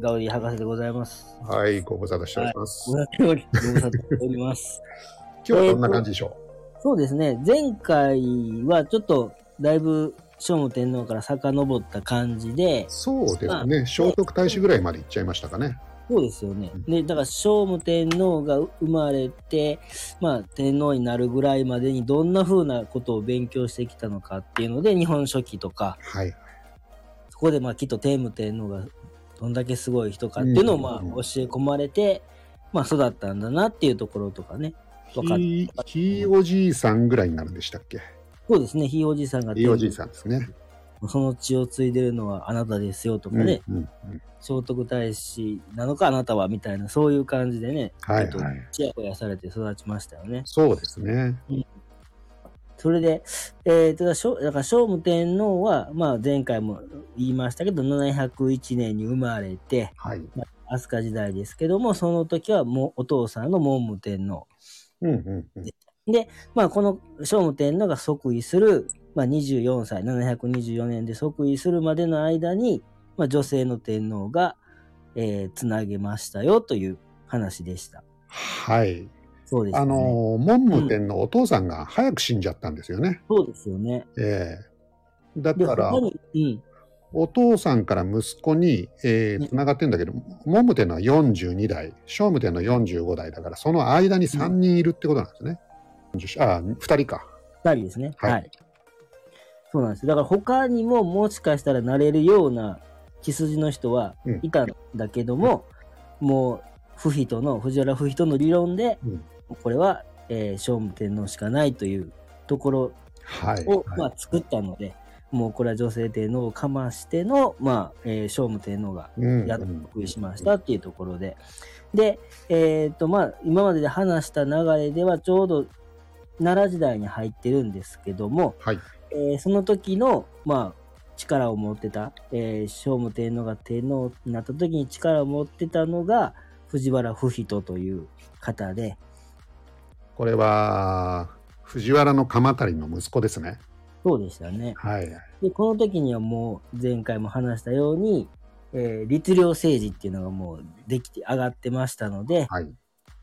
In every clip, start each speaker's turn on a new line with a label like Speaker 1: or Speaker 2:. Speaker 1: ガウリ博士でございます。
Speaker 2: はい、ご無沙汰しております。
Speaker 1: ご覧のようにご無沙汰しております。
Speaker 2: 今日はどんな感じでしょ
Speaker 1: そうですね。前回はちょっと、だいぶ、聖武天皇から遡った感じで
Speaker 2: う、そうですね、聖徳太子ぐらいまで行っちゃいましたかね。
Speaker 1: そうですよね。で、だから聖武天皇が生まれて、まあ、天皇になるぐらいまでにどんな風なことを勉強してきたのかっていうので、日本書紀とか、
Speaker 2: はい。
Speaker 1: そこでまあきっと天武天皇がどんだけすごい人かっていうのをまあ
Speaker 2: うん
Speaker 1: 教え込まれて、まあ育ったんだなっていうところとかね。分かっ
Speaker 2: ひ、ひいおじいさんぐらいになるんでしたっけ
Speaker 1: そうですね、ひいおじいさんが
Speaker 2: ひいおじいさんですね。
Speaker 1: その血を継いでるのはあなたですよとか
Speaker 2: うん、う
Speaker 1: ね
Speaker 2: ん、、うん。
Speaker 1: 聖徳太子なのかあなたはみたいな、そういう感じでね、
Speaker 2: はい、
Speaker 1: えっと
Speaker 2: はい。
Speaker 1: ちやほやされて育ちましたよね。
Speaker 2: そうですね。
Speaker 1: それで、えー、とだしょだから聖武天皇は、まあ、前回も言いましたけど、701年に生まれて、
Speaker 2: はい。
Speaker 1: 飛鳥時代ですけども、その時はもうお父さんの文武天皇。
Speaker 2: うん、うん、うん。
Speaker 1: まあ、この聖武天皇が即位する、まあ、24歳、724年で即位するまでの間に、まあ、女性の天皇が、えー、つなげましたよという話でした。
Speaker 2: はい。
Speaker 1: そうです
Speaker 2: あ
Speaker 1: よ
Speaker 2: の
Speaker 1: ね。
Speaker 2: ー、文武天皇、お父さんが早く死んじゃったんですよね。
Speaker 1: そうですよね。
Speaker 2: ええだ
Speaker 1: で、
Speaker 2: から
Speaker 1: 他、に、うん。
Speaker 2: お父さんから息子に、えー、
Speaker 1: ね
Speaker 2: つながってんだけど、文武天皇は42代、聖武天皇は45代だから、その間に3人いるってことなんですね。あ、2人か。
Speaker 1: 二人ですね。
Speaker 2: はい
Speaker 1: はい。そうなんです。だから他にももしかしたらなれるような血筋の人は
Speaker 2: うん
Speaker 1: いたんだけども、もう、不比との、藤原不比との理論で、
Speaker 2: うん
Speaker 1: これは、えー、聖武天皇しかないというところ
Speaker 2: はい。
Speaker 1: を、
Speaker 2: はい
Speaker 1: まあ、作ったので、もうこれは女性天皇をかましての、まあ、えー聖武天皇が
Speaker 2: うん
Speaker 1: やっと得意しましたっていうところで。で、えっ、と、まあ、今までで話した流れではちょうど奈良時代に入ってるんですけども、
Speaker 2: はい。
Speaker 1: えーその時の、まあ、力を持ってた、えー聖武天皇が天皇になった時に力を持ってたのが、藤原不比等という方で、
Speaker 2: これは、藤原の鎌足りの息子ですね。
Speaker 1: そうでしたね。
Speaker 2: はい。
Speaker 1: で、この時にはもう前回も話したように、えー律令政治っていうのがもうできて上がってましたので、
Speaker 2: はい。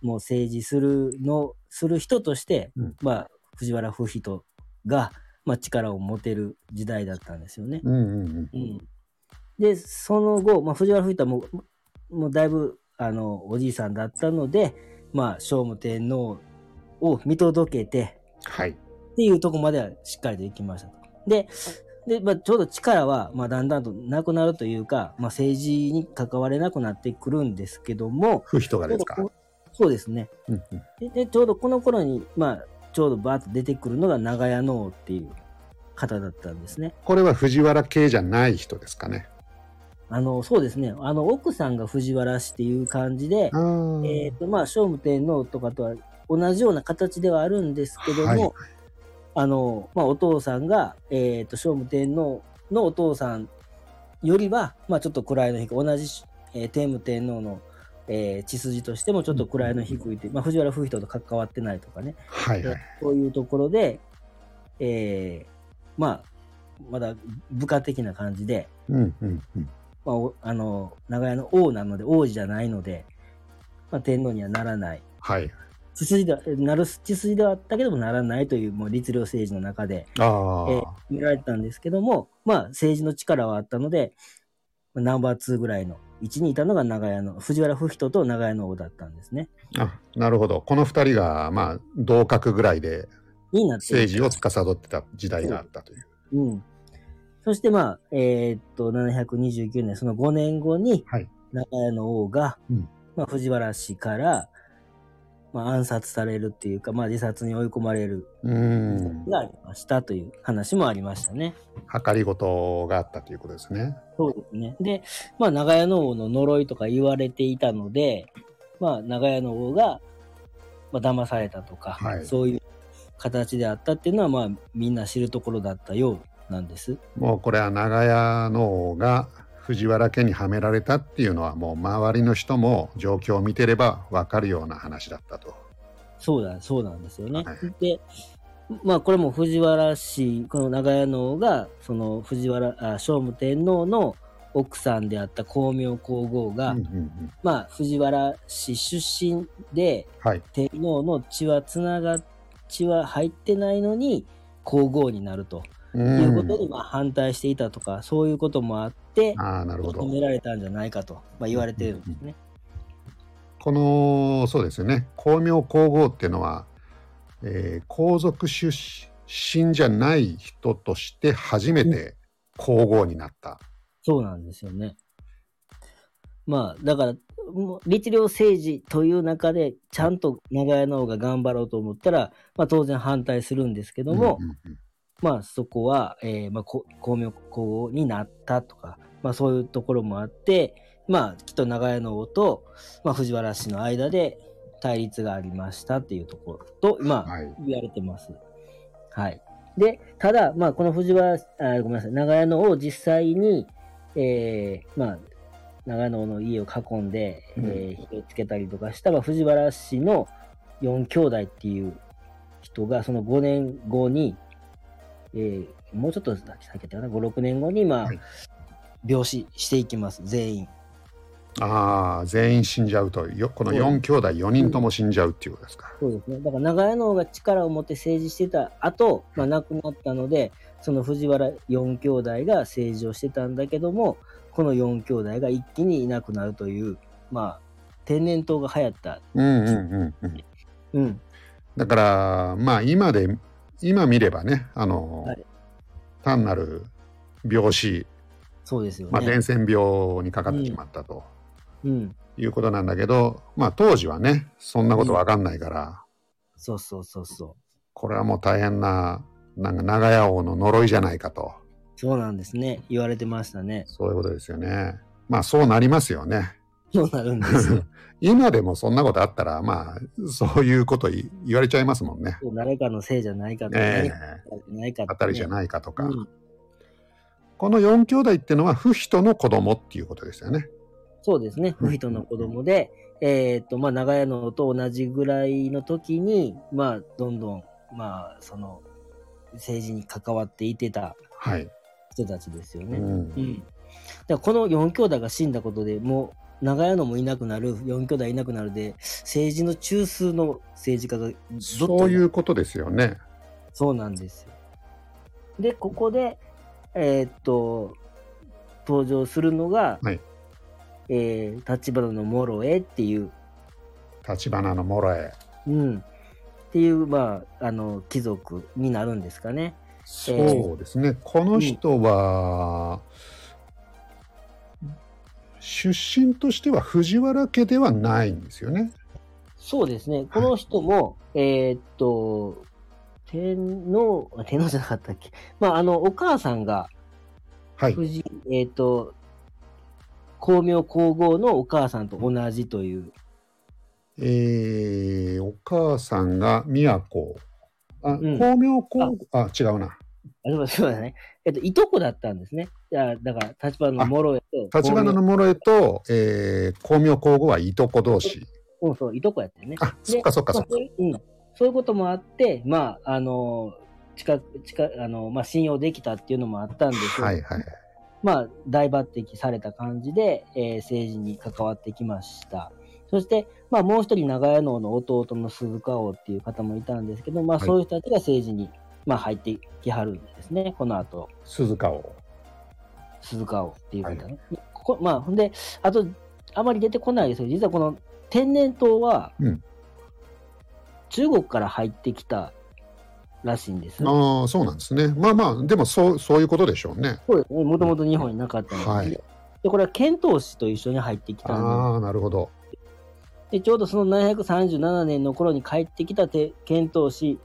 Speaker 1: もう政治するの、する人として、
Speaker 2: うん
Speaker 1: まあ、藤原不比等が、まあ、力を持てる時代だったんですよね。
Speaker 2: うんうん
Speaker 1: うん。で、その後、まあ、藤原不比等はもう、もうだいぶ、あの、おじいさんだったので、まあ、聖武天皇を見届けて、
Speaker 2: はい。
Speaker 1: っていうとこまではしっかりと行きましたと。で、で、まあ、ちょうど力は、まあ、だんだんとなくなるというか、まあ、政治に関われなくなってくるんですけども、
Speaker 2: 不人がですか。
Speaker 1: そうですね。
Speaker 2: うんうん
Speaker 1: で、でちょうどこの頃に、まあ、ちょうどバーッと出てくるのが長屋の王っていう方だったんですね。
Speaker 2: これは藤原系じゃない人ですかね。
Speaker 1: あの、そうですね。あの、奥さんが藤原氏っていう感じで
Speaker 2: あ、ー
Speaker 1: えっ、と、まあ、聖武天皇とかとは同じような形ではあるんですけども、
Speaker 2: はい
Speaker 1: あの、まあ、お父さんが、えっ、と、聖武天皇のお父さんよりは、まあ、ちょっと位の低い、同じ、えー天武天皇の、えー血筋としてもちょっと位の低いという、まあ、藤原不比等と関わってないとかね、
Speaker 2: はいはい。
Speaker 1: そういうところで、えーまあ、まだ部下的な感じで、
Speaker 2: うんうんうん。
Speaker 1: まあ、おあの、長屋の王なので、王子じゃないので、まあ、天皇にはならない。
Speaker 2: はい。
Speaker 1: 血筋では、なる血筋ではあったけどもならないという、もう律令政治の中で、
Speaker 2: ああ、
Speaker 1: えー見られたんですけども、まあ、政治の力はあったので、まあナンバー2ぐらいの位置にいたのが長屋の、藤原不比等と長屋の王だったんですね。
Speaker 2: あ、なるほど。この二人が、まあ、同格ぐらいで
Speaker 1: になってい
Speaker 2: 政治を司ってた時代があったという。
Speaker 1: うん。そしてまあ、えーっと、729年、その5年後に、
Speaker 2: はい
Speaker 1: 長屋の王が、
Speaker 2: うん
Speaker 1: まあ、藤原氏から、まあ、暗殺されるっていうか、まあ、自殺に追い込まれる
Speaker 2: うーん。
Speaker 1: がありましたという話もありましたね。
Speaker 2: 計り事があったということですね。
Speaker 1: そうですね。で、まあ、長屋の王の呪いとか言われていたので、まあ、長屋の王が、まあ、騙されたとか、
Speaker 2: はい
Speaker 1: そういう形であったっていうのは、まあ、みんな知るところだったようなんです。
Speaker 2: もうこれは長屋の王が藤原家にはめられたっていうのはもう周りの人も状況を見てればわかるような話だったと。
Speaker 1: そうだ、そうなんですよね。
Speaker 2: はい
Speaker 1: で、まあこれも藤原氏、この長屋の王が、その藤原、あ聖武天皇の奥さんであった光明皇后が、
Speaker 2: うんうんうん
Speaker 1: まあ、藤原氏出身で
Speaker 2: はい。
Speaker 1: 天皇の血はつなが血は入ってないのに皇后になると
Speaker 2: う
Speaker 1: いうことに
Speaker 2: ん。
Speaker 1: まあ反対していたとか、そういうこともあって
Speaker 2: ああ、なるほど
Speaker 1: 求。められたんじゃないかと、まあ、言われてるんですね。
Speaker 2: この、そうですよね。光明皇后っていうのは、えー皇族出身じゃない人として初めて皇后になった。
Speaker 1: そうなんですよね。まあだからもう律令政治という中でちゃんと長屋の方が頑張ろうと思ったら、まあ、当然反対するんですけども、
Speaker 2: うんうんうん
Speaker 1: まあそこは、えーまあ、こ公明皇后になったとか、まあ、そういうところもあって、まあ、きっと長屋の王と、まあ、藤原氏の間で対立がありましたっていうところと、まあ、
Speaker 2: はい。
Speaker 1: 言われてます。はい。で、ただ、まあ、この藤原、あごめんなさい、長屋の王を実際に、えーまあ、長屋の王の家を囲んで、えー火をつけたりとかした、まあ、藤原氏の4兄弟っていう人が、その5年後に、えーもうちょっと先だけだな、5、6年後に、まあ、
Speaker 2: はい
Speaker 1: 病死していきます、全員。
Speaker 2: ああ、全員死んじゃうと。よこの4兄弟4人とも死んじゃうっていうことですか。
Speaker 1: そうですね。だから長屋の方が力を持って政治してた後、まあ、亡くなったので、その藤原4兄弟が政治をしてたんだけども、この4兄弟が一気にいなくなるという、まあ、天然痘が流行った。
Speaker 2: うんうんうんうん。
Speaker 1: うん。
Speaker 2: だからまあ今で今見ればねあの、
Speaker 1: はい
Speaker 2: 単なる病死、
Speaker 1: そうですよね。
Speaker 2: まあ、伝染病にかかってしまったと
Speaker 1: うん。
Speaker 2: いうことなんだけど、まあ当時はねそんなことわかんないから、
Speaker 1: そうそうそうそう。
Speaker 2: これはもう大変ななんか長屋王の呪いじゃないかと
Speaker 1: そうなんですね。言われてましたね。
Speaker 2: そういうことですよね。まあそうなりますよね。
Speaker 1: そうなるんです よ。
Speaker 2: 今でもそんなことあったらまあそういうことい言われちゃいますも んね。
Speaker 1: 誰かのせいじゃないかとか、
Speaker 2: え
Speaker 1: 何か
Speaker 2: え
Speaker 1: じゃないかとか、
Speaker 2: 当たりじゃ
Speaker 1: い
Speaker 2: ないかとか、
Speaker 1: うん。
Speaker 2: この4兄弟ってのは不人の子供っていうことですよね。
Speaker 1: そうですね、不人の子供で、えーっと、まあ、長屋のと同じぐらいの時に、まあ、どんどん、まあ、その、政治に関わっていてた
Speaker 2: はい。
Speaker 1: 人たちですよ
Speaker 2: う
Speaker 1: ね。
Speaker 2: ん
Speaker 1: うん。だからこの4兄弟が死んだことでもう、長屋のもいなくなる、4兄弟いなくなるで、政治の中枢の政治家がどっと
Speaker 2: そういうことですよね。
Speaker 1: そうなんですよ。で、ここで、えーっと、登場するのが、
Speaker 2: はい
Speaker 1: えー、立花のもろえっていう、
Speaker 2: 立花のもろえ。
Speaker 1: うん、っていう、まあ、あの貴族になるんですかね。
Speaker 2: そうですね。この人は、出身としては藤原家ではないんですよね。
Speaker 1: そうですね。この人も、えーっと、天皇、あ天皇じゃなかったっけ。まあ、あの、お母さんが、
Speaker 2: はい。
Speaker 1: 藤、えーっと、光明皇后のお母さんと同じという、
Speaker 2: えー、お母さんが宮子。あ、
Speaker 1: ん
Speaker 2: 光明皇后、あ、違うな。
Speaker 1: あでもそうだね。えっと、いとこだったんですね。いやだから、立花のもろえと、
Speaker 2: 立花のもろえと、えー、光明皇后はいとこ同士。
Speaker 1: 光明うんそう、いとこやってね。
Speaker 2: あ、
Speaker 1: で
Speaker 2: そっかそっかそっ
Speaker 1: まあ
Speaker 2: か。
Speaker 1: そういううん、そういうこともあって、まあ、あの、近く、近く、あの、まあ、信用できたっていうのもあったんですけど、
Speaker 2: はいはい。
Speaker 1: まあ、大抜擢された感じで、えー政治に関わってきました。そして、まあ、もう一人、長屋能の弟の鈴鹿王っていう方もいたんですけど、まあ、
Speaker 2: はい
Speaker 1: そういう人たちが政治に、まあ、入ってきはるんですね、この後。
Speaker 2: 鈴鹿を。
Speaker 1: 鈴鹿をっていう方ね。ここまあ、ほんで、あと、あまり出てこないですけど、実はこの天然痘は、
Speaker 2: うん
Speaker 1: 中国から入ってきたらしいんです。そ
Speaker 2: ああ、そうなんですね。まあまあ、でもそう、そういうことでしょうね。
Speaker 1: うですね。もともと日本になかったので。
Speaker 2: はい
Speaker 1: で、これは遣唐使と一緒に入ってきたん
Speaker 2: ああ、なるほど。
Speaker 1: で、でちょうどその737年の頃に帰ってきたて遣唐使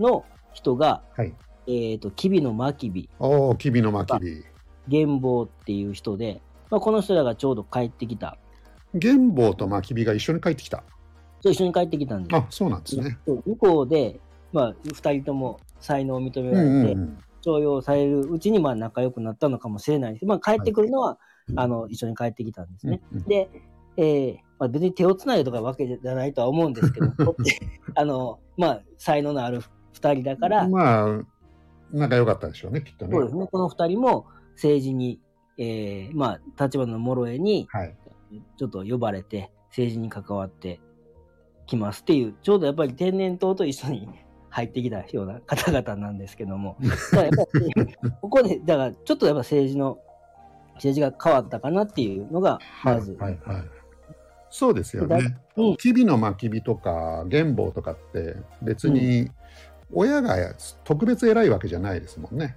Speaker 1: の人が、
Speaker 2: はい。
Speaker 1: えっ、と、吉備の真備
Speaker 2: おお、キビのまきび。
Speaker 1: 玄坊っていう人で、まあ、この人らがちょうど帰ってきた。
Speaker 2: 玄坊とまきびが一緒に帰ってきた。
Speaker 1: そう一緒に帰ってきたんです。
Speaker 2: あ、そうなんですね。
Speaker 1: そう向こうで、まあ、2人とも才能を認め
Speaker 2: う
Speaker 1: ら
Speaker 2: んうん
Speaker 1: れて、
Speaker 2: うん。
Speaker 1: 重用されるうちにまあ仲良くなったのかもしれないです。まあ、帰ってくるのは、あの一緒に帰ってきたんですね。
Speaker 2: うんうん
Speaker 1: で、えーまあ、別に手をつないでとかわけじゃないとは思うんです けど、こうやってあのまあ、才能のある2人だから、
Speaker 2: まあ、仲良かったでしょうね、きっとね
Speaker 1: そう。ですね、この2人も政治にえーまあ、立花諸江に
Speaker 2: はい。
Speaker 1: ちょっと呼ばれて、政治に関わってきますっていう、ちょうどやっぱり天然痘と一緒に 入ってきたような方々なんですけど も、だからやっぱりここで、だからちょっとやっぱ政治の、政治が変わったかなっていうのが、まず、
Speaker 2: はいはいはい。そうですよね。
Speaker 1: うん
Speaker 2: 吉備の巻き火とか元宝とかって別に親が特別偉いわけじゃないですもんね。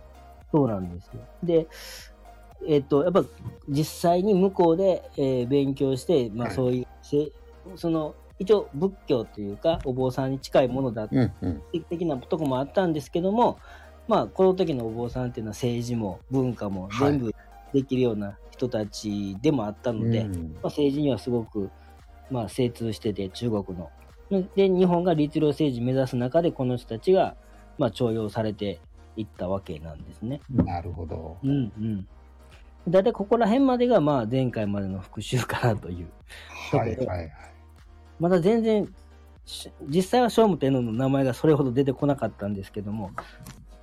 Speaker 1: そうなんですよ。で、えっと、やっぱ実際に向こうで、えー勉強して、まあ
Speaker 2: はい
Speaker 1: そういう、せその、一応仏教というか、お坊さんに近いものだっ
Speaker 2: うんうん。
Speaker 1: 的なとこもあったんですけども、まあ、この時のお坊さんっていうのは政治も文化も
Speaker 2: はい
Speaker 1: 全部できるような人たちでもあったので、ま
Speaker 2: う
Speaker 1: あ、
Speaker 2: ん
Speaker 1: 政治にはすごく、まあ、精通してて中国の。で日本が律令政治目指す中でこの人たちが、まあ、徴用されていったわけなんですね。
Speaker 2: なるほど。
Speaker 1: うんうん。だいたいここら辺までが、まあ、前回までの復習かなという。
Speaker 2: はいはいはい。
Speaker 1: まだ全然、し実際は聖武天皇の名前がそれほど出てこなかったんですけども、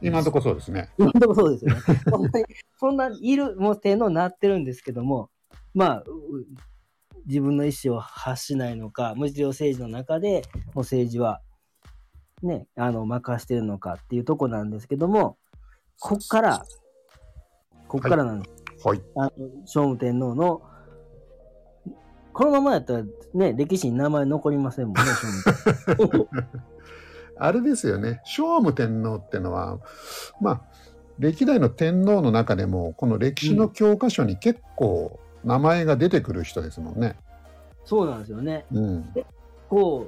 Speaker 2: 今のところそうですね。
Speaker 1: 今んとこ そうですよね。ほんまにそんないる、もう天皇になってるんですけども、まあ、う自分の意思を発しないのか、無事領政治の中で、もう政治は、ね、あの、任してるのかっていうとこなんですけども、こっから、こっからなんです。
Speaker 2: はい。
Speaker 1: あの、聖武天皇の、このままやったらね、歴史に名前残りませんもんね、聖武天皇
Speaker 2: あれですよね。聖武天皇ってのは、まあ、歴代の天皇の中でも、この歴史の教科書に結構名前が出てくる人ですもんね。
Speaker 1: そうなんですよね。
Speaker 2: うん。
Speaker 1: こ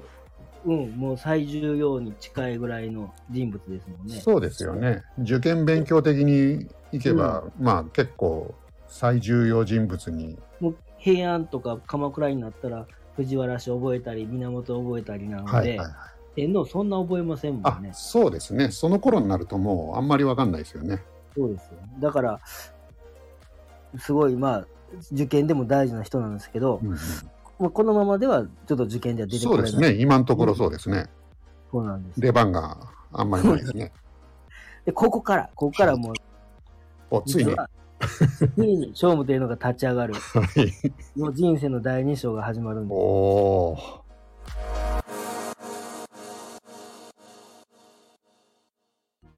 Speaker 1: う、うん、もう最重要に近いぐらいの人物ですもんね。
Speaker 2: そうですよね。受験勉強的にいけば、まあ結構最重要人物に。
Speaker 1: もう平安とか鎌倉になったら藤原氏覚えたり源覚えたりなので、
Speaker 2: はいはいはい。
Speaker 1: 天皇そんな覚えませんも
Speaker 2: あ
Speaker 1: んね。
Speaker 2: そうですね。その頃になるともうあんまりわかんないですよね。
Speaker 1: そうですよ。だから、すごいまあ、受験でも大事な人なんですけど、
Speaker 2: うんうん
Speaker 1: まあ、このままではちょっと受験では出てこ
Speaker 2: そ
Speaker 1: れ
Speaker 2: う
Speaker 1: な
Speaker 2: で
Speaker 1: い。
Speaker 2: すね。今のところそうですね。
Speaker 1: そうなんです。
Speaker 2: 出番があんまりないですね。
Speaker 1: で、ここから、ここからもう、
Speaker 2: おついに。
Speaker 1: 実
Speaker 2: は
Speaker 1: はついに聖武というのが立ち上がる、
Speaker 2: い
Speaker 1: もう人生の第二章が始まるんです。
Speaker 2: おー